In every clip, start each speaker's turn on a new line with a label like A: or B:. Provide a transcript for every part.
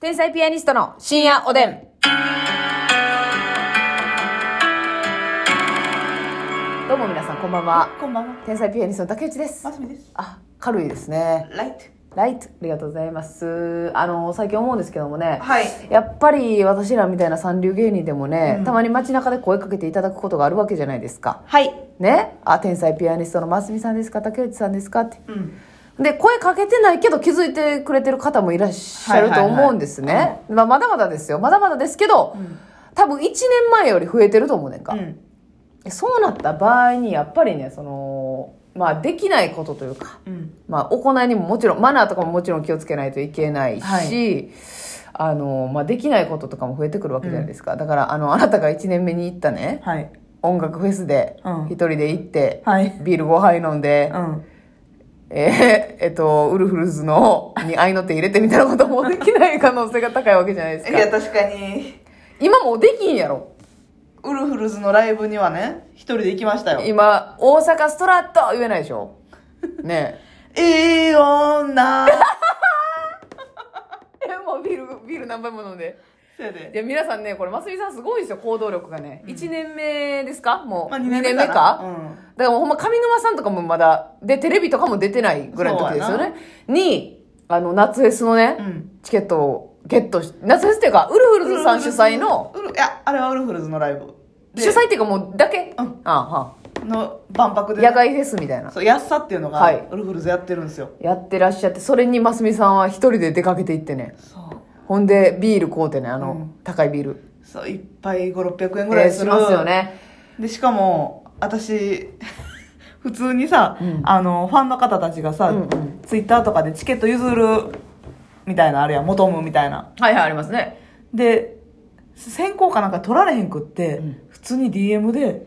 A: 天才ピアニストの深夜おでん。どうも皆さん、こんばんは。
B: こんばんは。
A: 天才ピアニストの竹内です
B: マ。スミです。
A: あ、軽いですね。
B: ライト。
A: ライト、ありがとうございます。あの、最近思うんですけどもね、
B: はい
A: やっぱり私らみたいな三流芸人でもね、たまに街中で声かけていただくことがあるわけじゃないですか。
B: はい。
A: ね、あ、天才ピアニストのますみさんですか、竹内さんですかって。
B: うん。
A: で、声かけてないけど気づいてくれてる方もいらっしゃると思うんですね。
B: はいはい
A: まあ、まだまだですよ。まだまだですけど、多分1年前より増えてると思うねんか。
B: うん。
A: そうなった場合に、やっぱりね、その、まあ、できないことというか、
B: うん。
A: まあ、行いにももちろん、マナーとかももちろん気をつけないといけないし、
B: は
A: あの、まあ、できないこととかも増えてくるわけじゃないですか。だから、あの、あなたが1年目に行ったね、
B: はい。
A: 音楽フェスで
B: うん、
A: 一人で行って、
B: はい
A: ビール5杯飲んで、
B: ん。
A: えーえっと、ウルフルズの、に合いの手入れてみたいなこともできない可能性が高いわけじゃないです
B: いや、
A: か。
B: 確かに、
A: 今もうできんやろ。
B: ウルフルズのライブにはね、一人で行きましたよ。
A: 今、大阪ストラット言えないでしょ。ね
B: いい 女。
A: え。え、 もうビール、ビール何杯も飲んで。
B: せや
A: い
B: で。
A: や、皆さんね、これ、ますみさんすごいんですよ、行動力がね。1年目ですかもう。
B: まあ
A: 2
B: 二
A: 年
B: 年
A: 目
B: 目
A: か
B: かな
A: だからもうほんま、上沼さんとかもまだ、で、テレビとかも出てないぐらいの時ですよ
B: そ
A: ね。に、あの、夏フェスのね、
B: うん
A: チケットをゲットし、夏フェスっていうか、ウルフルズさん主催の、
B: ウル。いや、あれはウルフルズのライブ。で
A: 主催っていうかもう、だけ、
B: うん
A: ああ、は
B: の万博
A: あ、
B: でね。
A: 野外フェスみたいな。
B: そう、安さっていうの
A: は
B: が
A: い、
B: ウルフルズやってるんですよ。
A: やってらっしゃって、それにますみさんは一人で出かけていってね。
B: そう。
A: ほんで、ビール買うてね、あの、
B: うん
A: 高いビール。
B: そう、いっぱい5、600円ぐら
A: えー
B: いす
A: し
B: る。
A: ますよ。ね。
B: で、しかも、私、 普通にさ、あの、ファンの方たちがさ、
A: うんうん
B: ツイッターとかでチケット譲る、みたいな、あれやん、求むみたいな。
A: はいはい、ありますね。
B: で、先行かなんか取られへんくって、
A: うん
B: 普通に DM で、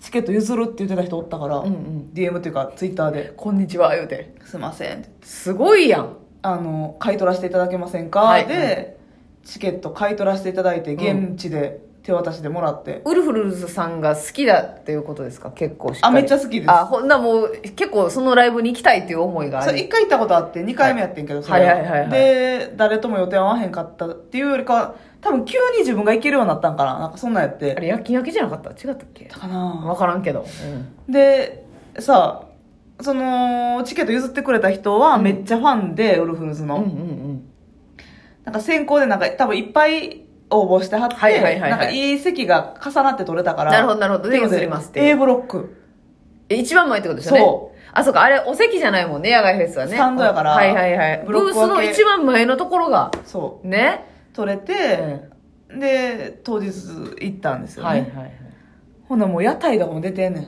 B: チケット譲るって言ってた人おったから、
A: うんうん
B: DM っていうか、ツイッターで、
A: こんにちは、言うて。
B: すいませんって、
A: すごいやん。
B: あの、買い取らせていただけませんか、
A: はい
B: で、チケット買い取らせていただいて、
A: うん
B: 現地で手渡しでもらって、
A: ウルフルズさんが好きだっていうことですか結構しっか
B: あ、
A: り
B: めっちゃ好きです。
A: あ、ほんなもう、結構そのライブに行きたいっていう思いがあ
B: そ
A: る。
B: れ1回行ったことあって2回目やってんけど、それ
A: はいはいはいはい
B: で誰とも予定合わへんかったっていうよりかは多分急に自分が行けるようになったんかななんかそんなんや
A: あ
B: って
A: れ、夜勤明けじゃなかった違ったっけ
B: だかな
A: わからんけど。うん
B: でさそのチケット譲ってくれた人はめっちゃファンで、ウルフルズの、
A: うんうんうん。
B: なんか先行でなんか多分いっぱい応募してはって、
A: はいはいはいはい
B: なんかいい席が重なって取れたから
A: なるほどなるほどで
B: っていうの
A: 譲りますっていう
B: A ブロック
A: え一番前ってことですよね。。
B: そう
A: あ、そうか、あれ、お席じゃないもんね、野外フェスはね。
B: スタンドやから
A: はいはいはい。ブ
B: ブロ
A: ー
B: ッ
A: ス
B: ク分
A: の
B: け
A: 一番前のところが、
B: そ
A: ね。
B: う取れて、で当日行ったんですよね、
A: はいはいはい。
B: ほなもう屋台とかも出てんねん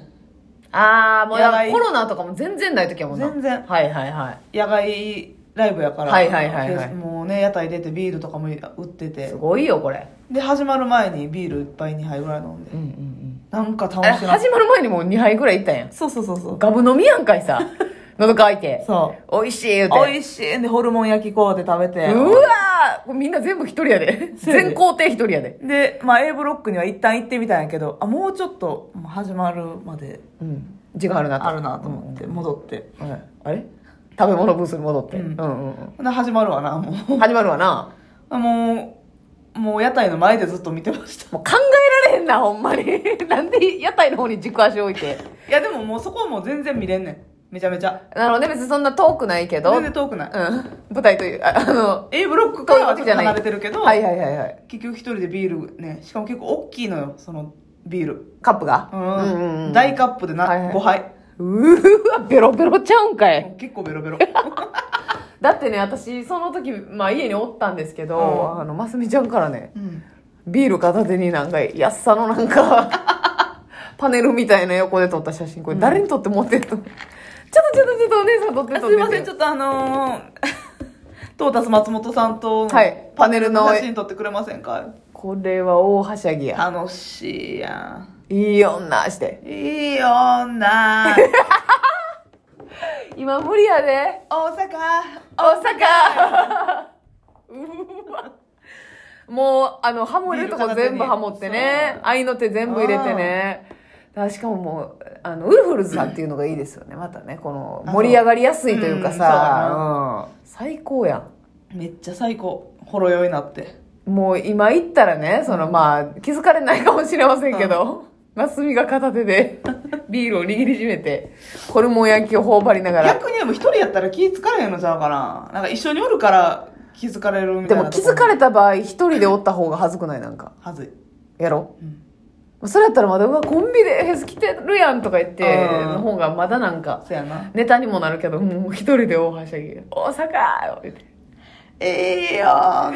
A: あー、もうだから
B: 野外
A: コロナとかも全然ない時やもんな。
B: 全然
A: はいはいはい。
B: 野外ライブやから、
A: はいはいはいはい
B: フェスもうね屋台出てビールとかも売ってて
A: すごいよ、これ。
B: で始まる前にビールいっぱい2杯ぐらい飲んで、
A: うんうんうん。
B: なんか楽
A: あれ
B: しいな
A: 始まる前にもう2杯ぐらい行ったんやん。
B: そうそうそうそう
A: ガブ飲みやんかい さ。喉乾いて。
B: そう
A: 美味しい言うて。
B: 美味しいんでホルモン焼きこうで食べて
A: うわーこれみんな全部一人やで。
B: そうやで
A: 全工程一人やで。
B: で、まあ、A ブロックには一旦行ってみたんやけどあもうちょっとまあ始まるまで
A: うん。時間あるなと。
B: あるなと思って戻って、
A: うん。はいあれ食べ物ブースに戻って。う
B: うんん
A: うんうん
B: ほんで始まるわなもう
A: 始まるわな。
B: あ もうもう屋台の前でずっと見てました
A: もう考えられへんな、ほんまに。 なんで屋台の方に軸足置いて。
B: いやでももうそこはもう全然見れんねんめちゃめちゃ
A: なるほどね、別にそんな遠くないけど。う
B: 全
A: ん。
B: 然遠くない、
A: 舞台という、ああの、
B: A ブロックからはちょっと離れてるけど、
A: はいはいはいはい。
B: 結局一人でビールねしかも結構大きいのよそのビール
A: カップがうんうんうん。
B: 大カップでな、
A: はいはい
B: 5杯
A: うーわ、ベロベロちゃうんかい。
B: 結構ベロ ベロ
A: だってね、私、その時、まあ家におったんですけど、
B: う
A: あの、ますみちゃんからね、
B: うん
A: ビール片手になんか、安さのなんか、 パネルみたいな横で撮った写真、これ誰に撮って持ってんの、 ちょっとちょっとちょっとお姉さん撮って撮って。
B: すいませんちょっとあのー、 トータス松本さんと
A: はい
B: パネルの
A: パネルの
B: 写真撮ってくれませんか
A: これは大はしゃぎや。
B: 楽しいや
A: いい女して。
B: んい い女
A: 今無理やで。
B: 大阪
A: 大阪うわ もう、あの、ハモれるとこ全部ハモってね。愛の手全部入れてね。だからしかももう、あの、ウルフルズさんっていうのがいいですよね。またね、この、盛り上がりやすいというかさ、うん最高やん。
B: めっちゃ最高ほろ酔いになって。
A: もう今行ったらね、そのまあ気づかれないかもしれませんけど、 マスミが片手でビールを握りしめて、ホルモン焼きを頬張りながら。
B: 逆にでも一人やったら気づかれへんのちゃうかな。なんか一緒におるから気づかれるみ
A: で
B: たいな
A: も
B: とこ。
A: 気づかれた場合、一人でおった方が恥ずくないなんか。
B: はずい。
A: やろ
B: うん
A: それやったらまだ、うわ、コンビでフェス来てるやんとか言って、
B: うん
A: の方がまだなんか、
B: そうやな。
A: ネタにもなるけど、もう一人で大はしゃぎ。大阪よ言って
B: ええよー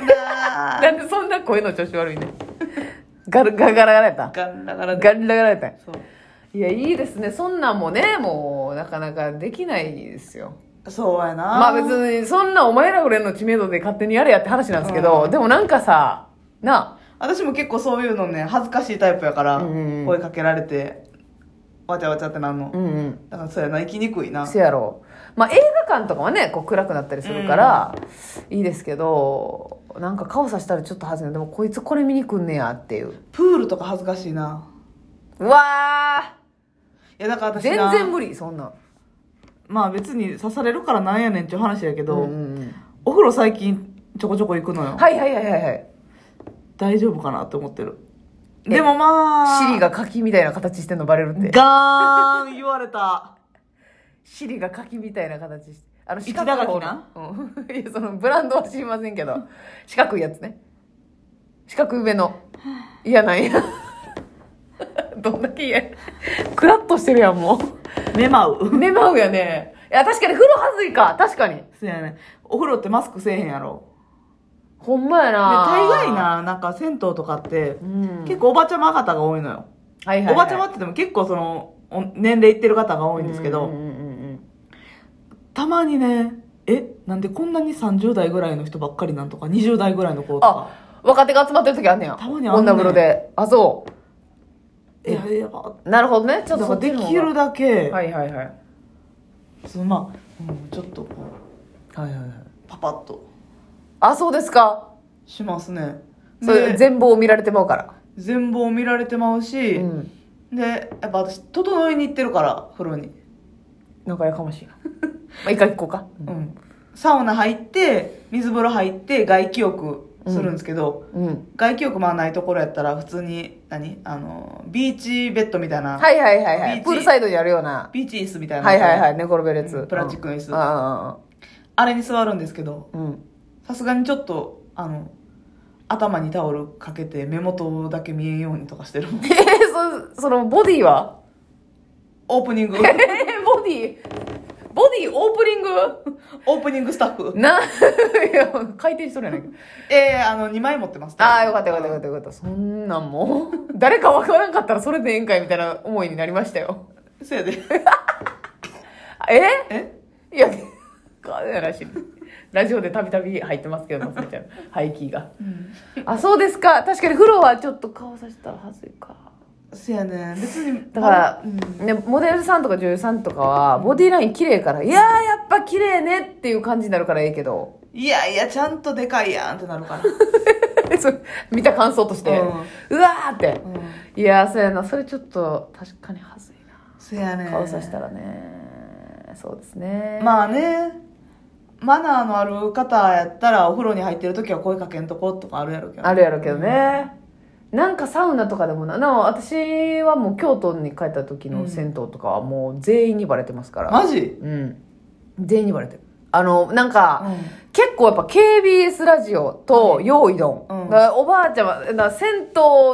B: な
A: なんでそんな声の調子悪いねん。 ガルガラガラやった。
B: ガンラガラで。
A: ガルガラガラやった。
B: そう。
A: いや、いいですね。そんなんもね、もう、なかなかできないですよ。
B: そうやな。
A: まあ別に、そんなお前ら俺の知名度で勝手にやれやって話なんですけど、でもなんかさ、な
B: 私も結構そういうのね、恥ずかしいタイプやから、
A: うん
B: 声かけられて、わちゃわちゃってなんの。
A: あ、うんうん。
B: だからそうやな、生きにくいな。
A: せやろう。まあ映画館とかはね、こう暗くなったりするから、いいですけど、なんか顔さしたらちょっと恥ずい。でもこいつこれ見に来んねやっていう。
B: プールとか恥ずかしいな。
A: うわ
B: いや、だから
A: ー
B: 私
A: 全
B: な
A: 然無理、そんなん。
B: まあ別に刺されるからなんやねんっていう話やけど、
A: うんうん
B: お風呂最近ちょこちょこ行くのよ。
A: はいはいはいはいはい。
B: 大丈夫かなって思ってる。
A: え
B: でもまあ。
A: シリが柿みたいな形してんのバレるって。
B: ガーン言われた。
A: シリが柿みたいな形して。あの、
B: 一
A: 四
B: 打
A: 角い
B: 柿
A: 方
B: な
A: の。うん。 いや、そのブランドは知りません けど。四角いやつね。四角い上の。いやなんや。 どんだけ嫌や。クラッとしてるやん、も
B: 目ま
A: う。
B: う。
A: 寝まうやね。いや、確かに風呂はずいか。確かに。
B: そうやね。お風呂ってマスクせえへんやろ。
A: ほんまや
B: で、
A: な。
B: 大概。な、なんか銭湯とかって
A: う、ん。
B: 結構おばちゃま方が多いのよ。
A: はいはい、はい。
B: おばちゃまって言っても結構その、お年齢いってる方が多いんですけ
A: うんう
B: ど、
A: んうん
B: たまにね、え、なんでこんなに30代ぐらいの人ばっかりなんとか、20代ぐらいの子とか。
A: あ、若手が集まってる時あんねや。
B: たまにあんねん
A: 女風呂で。あ、そ
B: いや、やば。
A: う。なるほどね。ちょ
B: だ
A: っとそ
B: から
A: っち
B: で
A: の方が
B: きるだけ、
A: はいはいはい。
B: そのまあ、うんちょっとこう、
A: はいはいはい。
B: パパッと
A: あ、そうですか。
B: しますね。
A: そう
B: で
A: 全貌を見られてまうから。
B: 全貌見られてまうし、
A: うん。
B: でやっぱ私整いに行ってるから風呂に、
A: なんかやかましいな。まあ、一回行こう か。
B: うん、サウナ入って水風呂入って外気浴するんですけど、
A: うん。
B: 外気浴まあないところやったら普通に何あのビーチベッドみたいな、
A: はいはいはいは
B: ビー
A: い。
B: チ
A: プールサイドにあるような。
B: ビーチ椅子みたいな
A: はいはいはいい。寝転べるや
B: う
A: つ
B: ん。プラスチックの椅子
A: うんあ
B: あれに座るんですけど
A: あ、ああうん。
B: さすがにちょっとあの頭にタオルかけて目元だけ見えんようにとかしてる もん
A: えー、そ、その、ボディは
B: オープニ ング
A: えー、ボディボディオープニング
B: オープニングスタッフ
A: な、 いや、回転しとるやないか。
B: えー、あの2枚持ってます
A: ああ、よかったよかったよかったよかった。そんなんもう、誰かわからんかったらそれでええんかいみたいな思いになりましたよ。
B: たそやで
A: え
B: え
A: いや、かやらしい。ラジオでたびたび入ってますけど、ますみちゃん。ハイキーが。あ、そうですか。確かに風呂はちょっと顔させたらはずいか。
B: そやね別に
A: だから、
B: うん
A: ね、モデルさんとか女優さんとかは、ボディライン綺麗から、いやー、やっぱ綺麗ねっていう感じになるからええけど、
B: いやいや、ちゃんとでかいやんってなる から。
A: そう見た感想として、うわーって。
B: うん。
A: いやー、そうやな。それちょっと、確かにはずい
B: そやね
A: な。顔させたらね。そうですね。あ、
B: まあね、マナーのある方やったら、お風呂に入ってる時は声かけんとことかあるやろうけど。
A: あるやろうけどね、なんかサウナとかでもななお私はもう京都に帰った時の銭湯とかはもう全員にバレてますから、
B: マジ
A: うん全員にバレてるあのなんか、
B: う
A: 結構やっぱ KBS ラジオと用意ど
B: うん
A: ん、だからおばあちゃまだから銭湯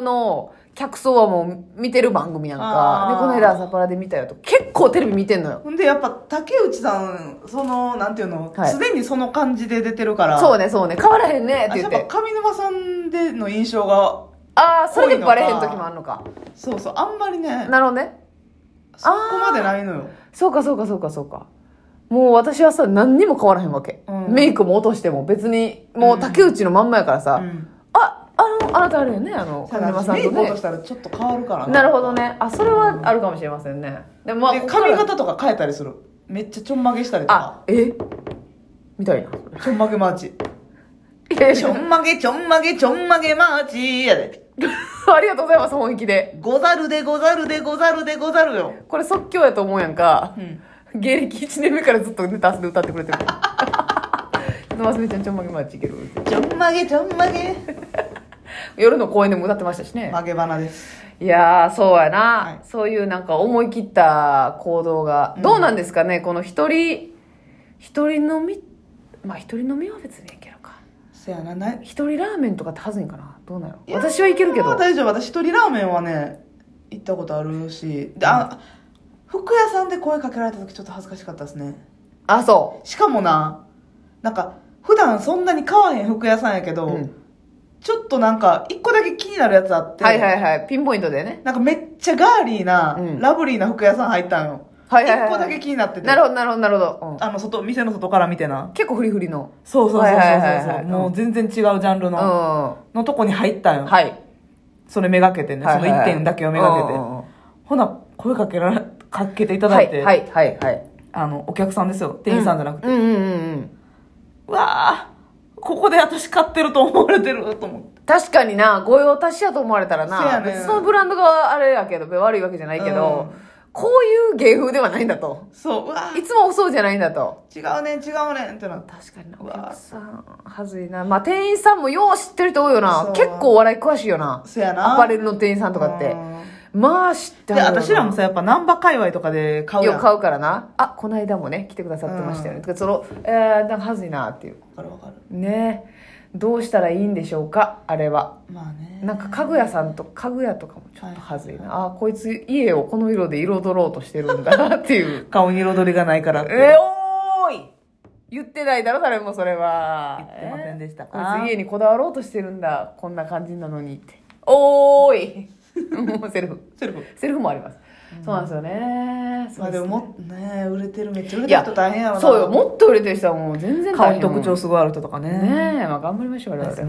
A: の客層はもう見てる番組やんか
B: あー
A: でこの間朝パラで見たよと結構テレビ見てんのよ
B: ん。ほんで、やっぱ、竹内さん、その、なんていうの、
A: はい
B: すでにその感じで出てるから。
A: そう
B: ね。
A: ねそうね変わらへんねって
B: や
A: 言
B: っ
A: っ
B: ぱ、
A: て
B: 上沼さんでの印象が、
A: ああーそれでバレへん時もあんのか
B: そうそう、あんまりね、
A: なるほどね
B: そこまでないのよ。
A: そうかそうかそうかそうか。もう私はさ、何にも変わらへんわけ。
B: うん
A: メイクも落としても別に、もう竹内のまんまやからさ、
B: うん。
A: あ、あの、あなたあるよね、あの、
B: た
A: 上沼
B: だ、
A: さん
B: メイ
A: と
B: ク落
A: ね
B: とし。たらちょっと変わるから
A: なるほどね。あ、それはあるかもしれませんね。でもまあ、
B: で
A: ここから
B: 髪型とか変えたりするめっちゃちょんまげしたりとか
A: あ、えみたいな。
B: ちょんまげマーチ
A: え
B: ちょんまげちょんまげちょんまげマーチやで
A: ありがとうございます、本気で。
B: ござるでござるでござるでござるよ、
A: これ即興やと思うやんか
B: う。ん、
A: 芸歴1年目からずっとネタ合わせで歌ってくれてる。ますみちゃんちょんまげマッチいけるって
B: ちょんまげちょんまげ
A: 夜の公園でも歌ってましたしね
B: 曲げ花です
A: いやーそうやな、
B: はい
A: そういうなんか思い切った行動が、
B: うん
A: どうなんですかねこの一人一人飲みまあ一人飲みは別にいけるか
B: せやなない
A: 一人ラーメンとかってはずいんかなどうなの
B: いや
A: 私はいけるけ
B: まあ
A: ど
B: 大丈夫私一人ラーメンはね行ったことあるしであ服屋さんで声かけられた時ちょっと恥ずかしかったですね
A: あそ
B: しかもななんか普段そんなに買わへん服屋さんやけ
A: う、
B: ど、
A: うん
B: ちょっとなんか一個だけ気になるやつあって、
A: はいはいはいピンポイントでね
B: なんかめっちゃガーリーな、
A: うん
B: ラブリーな服屋さん入ったのよ。
A: はいはいはい
B: 一個だけ気になってて。
A: なるほどなるほどなるほど、うん
B: あの、外、店の外から見てな。
A: 結構フリフリの
B: そうそうそうそうそう。
A: はいはいはいはい
B: もう全然違うジャンル
A: うん
B: の、のとこに入ったんよ。
A: はい
B: それめがけてね、
A: はいはいはい
B: その一点だけをめがけて。
A: うんうんうん
B: ほな、声かけられ、かけていただ
A: はい
B: て、
A: いはいはいはい
B: あの、お客さんですよ。店員さんじゃなくて。
A: うんうんうんうん
B: うわぁ、ここで私買ってると思われてると思って。
A: 確かにな御用達やと思われたらな
B: せやねん
A: 別にそのブランドがあれやけど悪いわけじゃないけど、
B: うん
A: こういう芸風ではないんだと
B: そう、うわぁ、
A: いつもそうじゃないんだと
B: 違うねん違うねんってなって。
A: 確かにな
B: う
A: お
B: わ
A: 客さんはずいなまあ店員さんもよう知ってる人多いよな
B: そう
A: 結構お笑い詳しいよな
B: せやな。
A: アパレルの店員さんとかって
B: うん
A: まあ知っては
B: で
A: るよな
B: 私らもさやっぱ難波界隈とかで買うや
A: よ
B: ん
A: く買うからなあこの間もね来てくださってましたよね、とかそのえー、なんかはずいなっていう
B: わかるわかる
A: ねどうしたらいいんでしょうかあれは
B: まあね
A: なんか家具屋さんと家具屋とかもちょっとはずいな、あこいつ家をこの色で彩ろうとしてるんだなっていう
B: 顔に彩りがないからって
A: えおーい言ってないだろ誰もそれは
B: 言ってませんでした
A: こ
B: か
A: いつ家にこだわろうとしてるんだこんな感じなのにっておーい もうセルフ
B: セルフ
A: セルフもあります、そうなんですよね
B: まあでももっとね売れてるめっちゃ売
A: い
B: れてる
A: や
B: 人大変やろな
A: そうよもっと売れてる人はもう全然
B: 顔
A: 大
B: に
A: 変
B: 特徴すごいある人とかね
A: ねえ、まあ、頑張りましょう我々
B: ですね